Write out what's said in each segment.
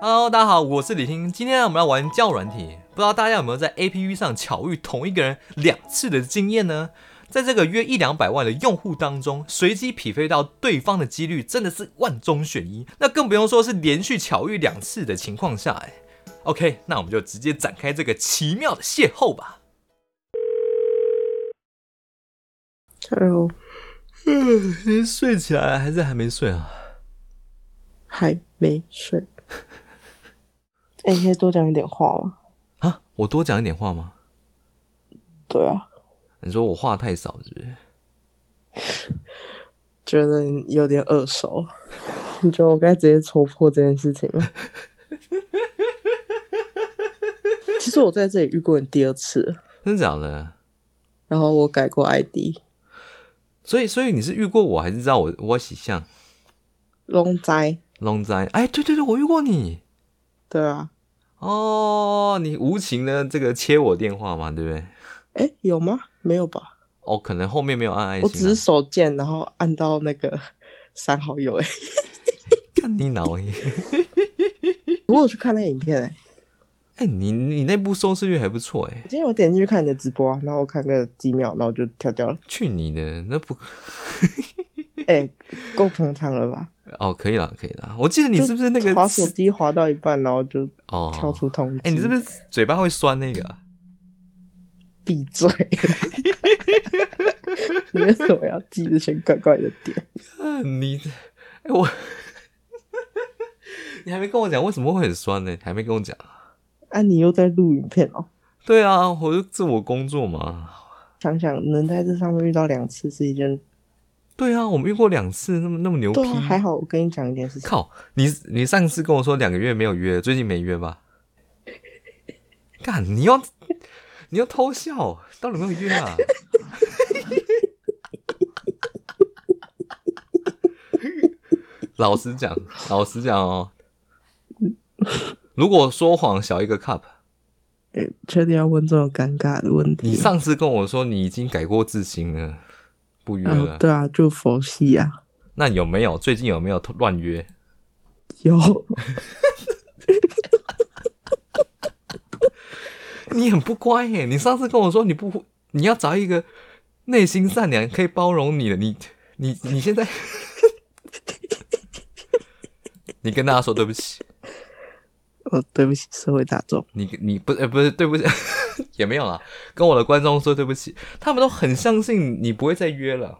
Hello，大家好，我是李听。今天呢我们要玩交友软体，不知道大家有没有在 APP 上巧遇同一个人两次的经验呢？在这个约一两百万的用户当中，随机匹配到对方的几率真的是万中选一，那更不用说是连续巧遇两次的情况下、哎 OK，那我们就直接展开这个奇妙的邂逅吧。 Hello，嗯，你 睡起来还是还没睡啊？还没睡。 哎、你可以多讲一点话吗？啊，我多讲一点话吗？对啊，你说我话太少是不是？觉得你有点耳熟，你觉得我该直接戳破这件事情 吗？其实我在这里遇过你第二次，真的假的？然后我改过 ID，所以，所以你是遇过我，还是知道我我喜相龙灾。龙灾？哎，对对对，我遇过你对啊，哦，你无情的这个切我电话嘛，对不对？哎、有吗？没有吧？哦，可能后面没有按爱心、啊，我只是手贱，然后按到那个删好友、 哎，看你脑耶！我有去看那个影片、哎， 哎，你你那部收视率还不错哎我，今天我点进去看你的直播啊，然后我看个几秒，然后我就跳掉了。去你的那不哎、够捧场了吧？哦，可以了，可以了。我记得你是不是那个滑手机滑到一半，然后就跳哦？出通知？哎，你是不是是嘴巴会酸那个啊？闭嘴？你 为什么要记这些怪怪的点？啊你哎我， 你还没跟我讲为什么会很酸呢？还没跟我讲。啊，你又在录影片哦？对啊，我就自我工作嘛。想想能在这上面遇到两次是一件，对啊，我们遇过两次，那么那么牛逼。对啊，还好。我跟你讲一件事情，靠，你你上次跟我说两个月没有约，最近没约吧？干，你要你要偷笑，到底有没有约啊？ 老实讲，老实讲哦，如果说谎小一个 cup，哎确定要问这种尴尬的问题吗？你上次跟我说你已经改过自新了，不约啊了，，对啊，就佛系啊，那有没有最近有没有偷乱约？有 你很不乖耶！你上次跟我说你不，你要找一个内心善良、可以包容你的，你你你现在， 你跟大家说对不起，哦，对不起，社会大众，你你不呃不是对不起， 也没有啦，跟我的观众说对不起，他们都很相信你不会再约了。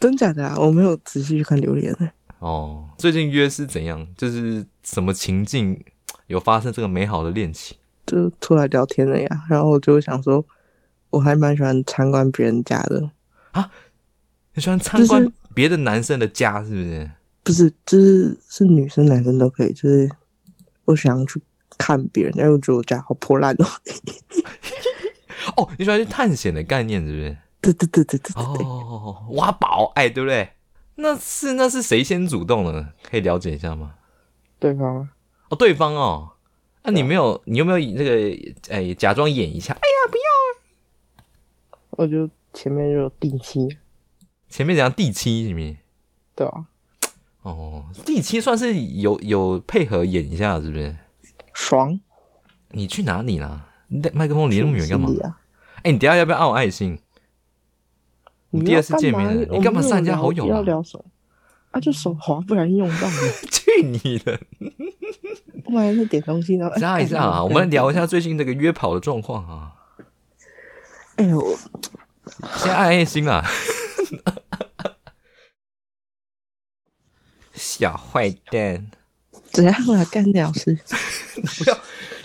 真假的啊？我没有仔细去看留言呢、哦，最近约是怎样？就是什么情境有发生这个美好的恋情？就出来聊天了呀。然后我就想说，我还蛮喜欢参观别人家的，你喜欢参观就是别的男生的家是不是？不是，就是是女生男生都可以，就是我想要去看别人，因为我觉得我家好破烂哦。哦，你喜欢去探险的概念是不是？对对对对对对对，哦， 挖宝，哎，对不对？那是那是谁先主动的？可以了解一下吗？对方啊哦，对方哦，那、你没有，你有没有以那个，哎，假装演一下？哎，我就前面就有定期，前面讲第七，是不是？对啊，哦，第七算是有有配合演一下，是不是？爽，你去哪里啦？你的麦克风离那么远干嘛心？里啊？哎，你等一下要不要按我爱心？你第要二次见面了干嘛你干嘛我们删人家好友啊要聊什么？啊，就手滑，不然用到了。 去你的！我本来在点东西， 然后哎加一下啊，我们聊一。干下嘛最近这个约跑的状况啊。哎呦，我先按爱心啊！小坏蛋。怎样来干你老师？不要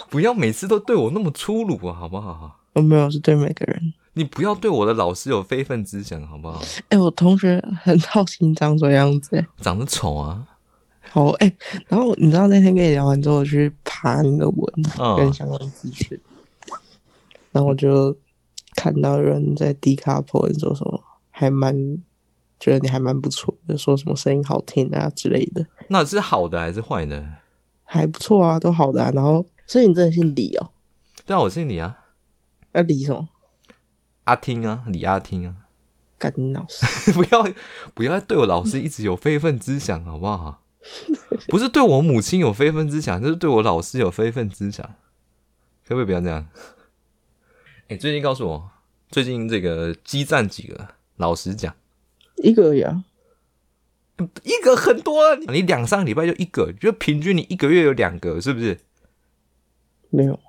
不要每次都对我那么粗鲁啊，好不好？我没有，是对每个人。你不要对我的老师有非分之想，好不好？哎、我同学很好奇你长什么样子、哎，长得丑啊，好哎、然后你知道那天跟你聊完之后，我去爬你的文嗯跟相关资讯，然后我就看到有人在 D 卡 p 文说什么，还蛮觉得你还蛮不错的，说什么声音好听啊之类的，那是好的还是坏的？还不错啊，都好的、啊。然后，所以你真的姓李哦？对啊，我是你啊，那、李什么？阿听啊，李阿听啊，干你老 师！不要不要对我老师一直有非分之想，好不好？ 不是对我母亲有非分之想，就是对我老师有非分之想。可不可以不要这样？哎、最近告诉我，最近这个激战几个？老实讲，一个啊呀，一个很多啊，你你两三个礼拜就一个，就平均你一个月有两个，是不是？没有，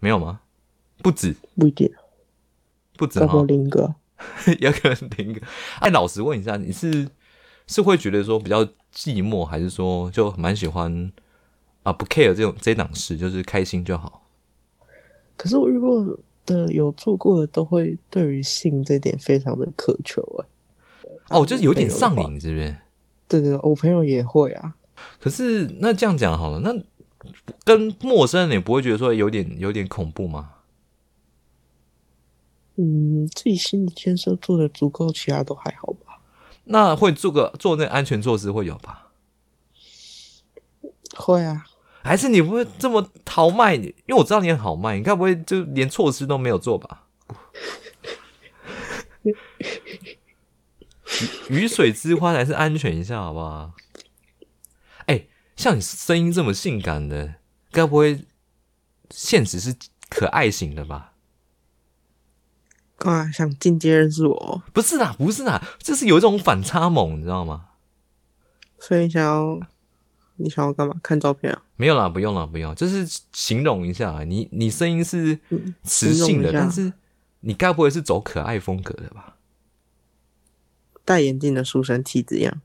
没有吗？不止，不一定，啊不止再哈多，另一个啊。 有可能零个。哎，老实问一下，你是是会觉得说比较寂寞，还是说就蛮喜欢啊不 care 这种这档事，就是开心就好？可是我遇过的有做过的，都会对于性这点非常的渴求哎、哦，就是有点上朋友的话。瘾，是不是？对对，对我朋友也会啊。可是那这样讲好了，那跟陌生人你不会觉得说有点有点恐怖吗？嗯，自己心理建设做的足够，其他都还好吧。那会做个做那个安全措施会有吧？会啊，还是你不会这么豪迈？因为我知道你很豪迈，你该不会就连措施都没有做吧？ 雨雨水之欢还是安全一下好不好？哎、像你声音这么性感的，该不会现实是可爱型的吧？干嘛想进阶认识我哦？不是啦，不是啦，就是有一种反差萌，你知道吗？所以你想要，你想要干嘛？看照片啊？没有啦，不用啦，不用，就是形容一下，啊你你声音是嗯磁性的，形容一下但是你该不会是走可爱风格的吧？戴眼镜的书生气质样，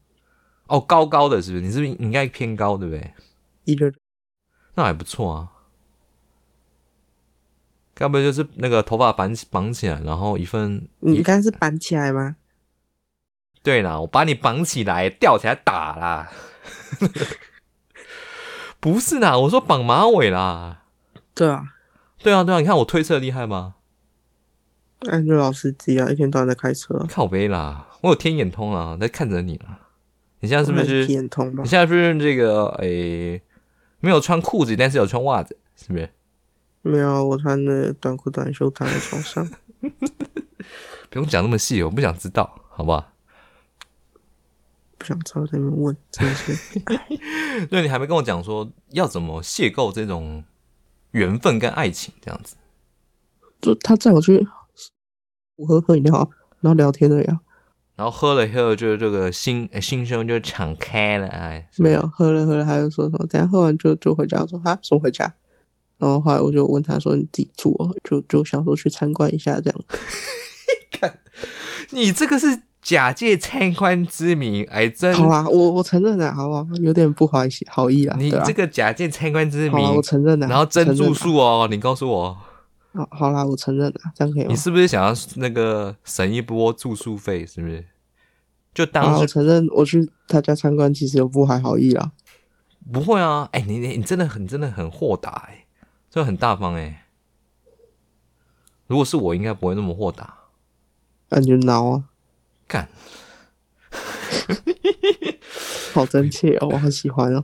哦，高高的是不是？你是不是应该偏高，对不对？一六六那还不错啊。该不会就是那个头发绑起绑起来，然后一份你刚刚是板起来吗？对啦，我把你绑起来，吊起来打啦。 不是啦，我说绑马尾啦。对啊，对啊，对啊，你看我推测厉害吗？那你就老司机啊，一天到晚在开车，靠背啦，我有天眼通啦，在看着你啦。你现在是不是？我很眼痛吧你？现在是不是这个诶、没有穿裤子，但是有穿袜子，是不是？没有，啊我穿的短裤短袖躺在床上。不用讲那么细，我不想知道，好不好？不想知道在那边问，真的是对你还没跟我讲说要怎么邂逅这种缘分跟爱情这样子。就他载我去，我喝喝饮料啊，然后聊天而已啊，然后喝了以后，就这个心呃心胸就敞开了，哎，没有喝了喝了，他就说什么，等一下喝完就就回家，我说哈什么回家？然后后来我就问他说你自己住哦，就就想说去参观一下这样，你这个是假借参观之名，哎，真，好啦，我我承认了，啊好不好？有点不好意思好意啊，你对啊这个假借参观之好啦，名我，承认了，啊然后真住承认啊宿哦，你告诉我，啦，好好啦，我承认了，啊这样可以吗你？是不是想要那个省一波住宿费？是不是？就好啦，当我是承认我去他家参观，其实有不怀好意啊啦，不会啊，哎、你你你真的很真的很豁达哎、真的很大方哎、如果是我，应该不会那么豁达。感觉挠啊，干，好真切哦，我好喜欢哦。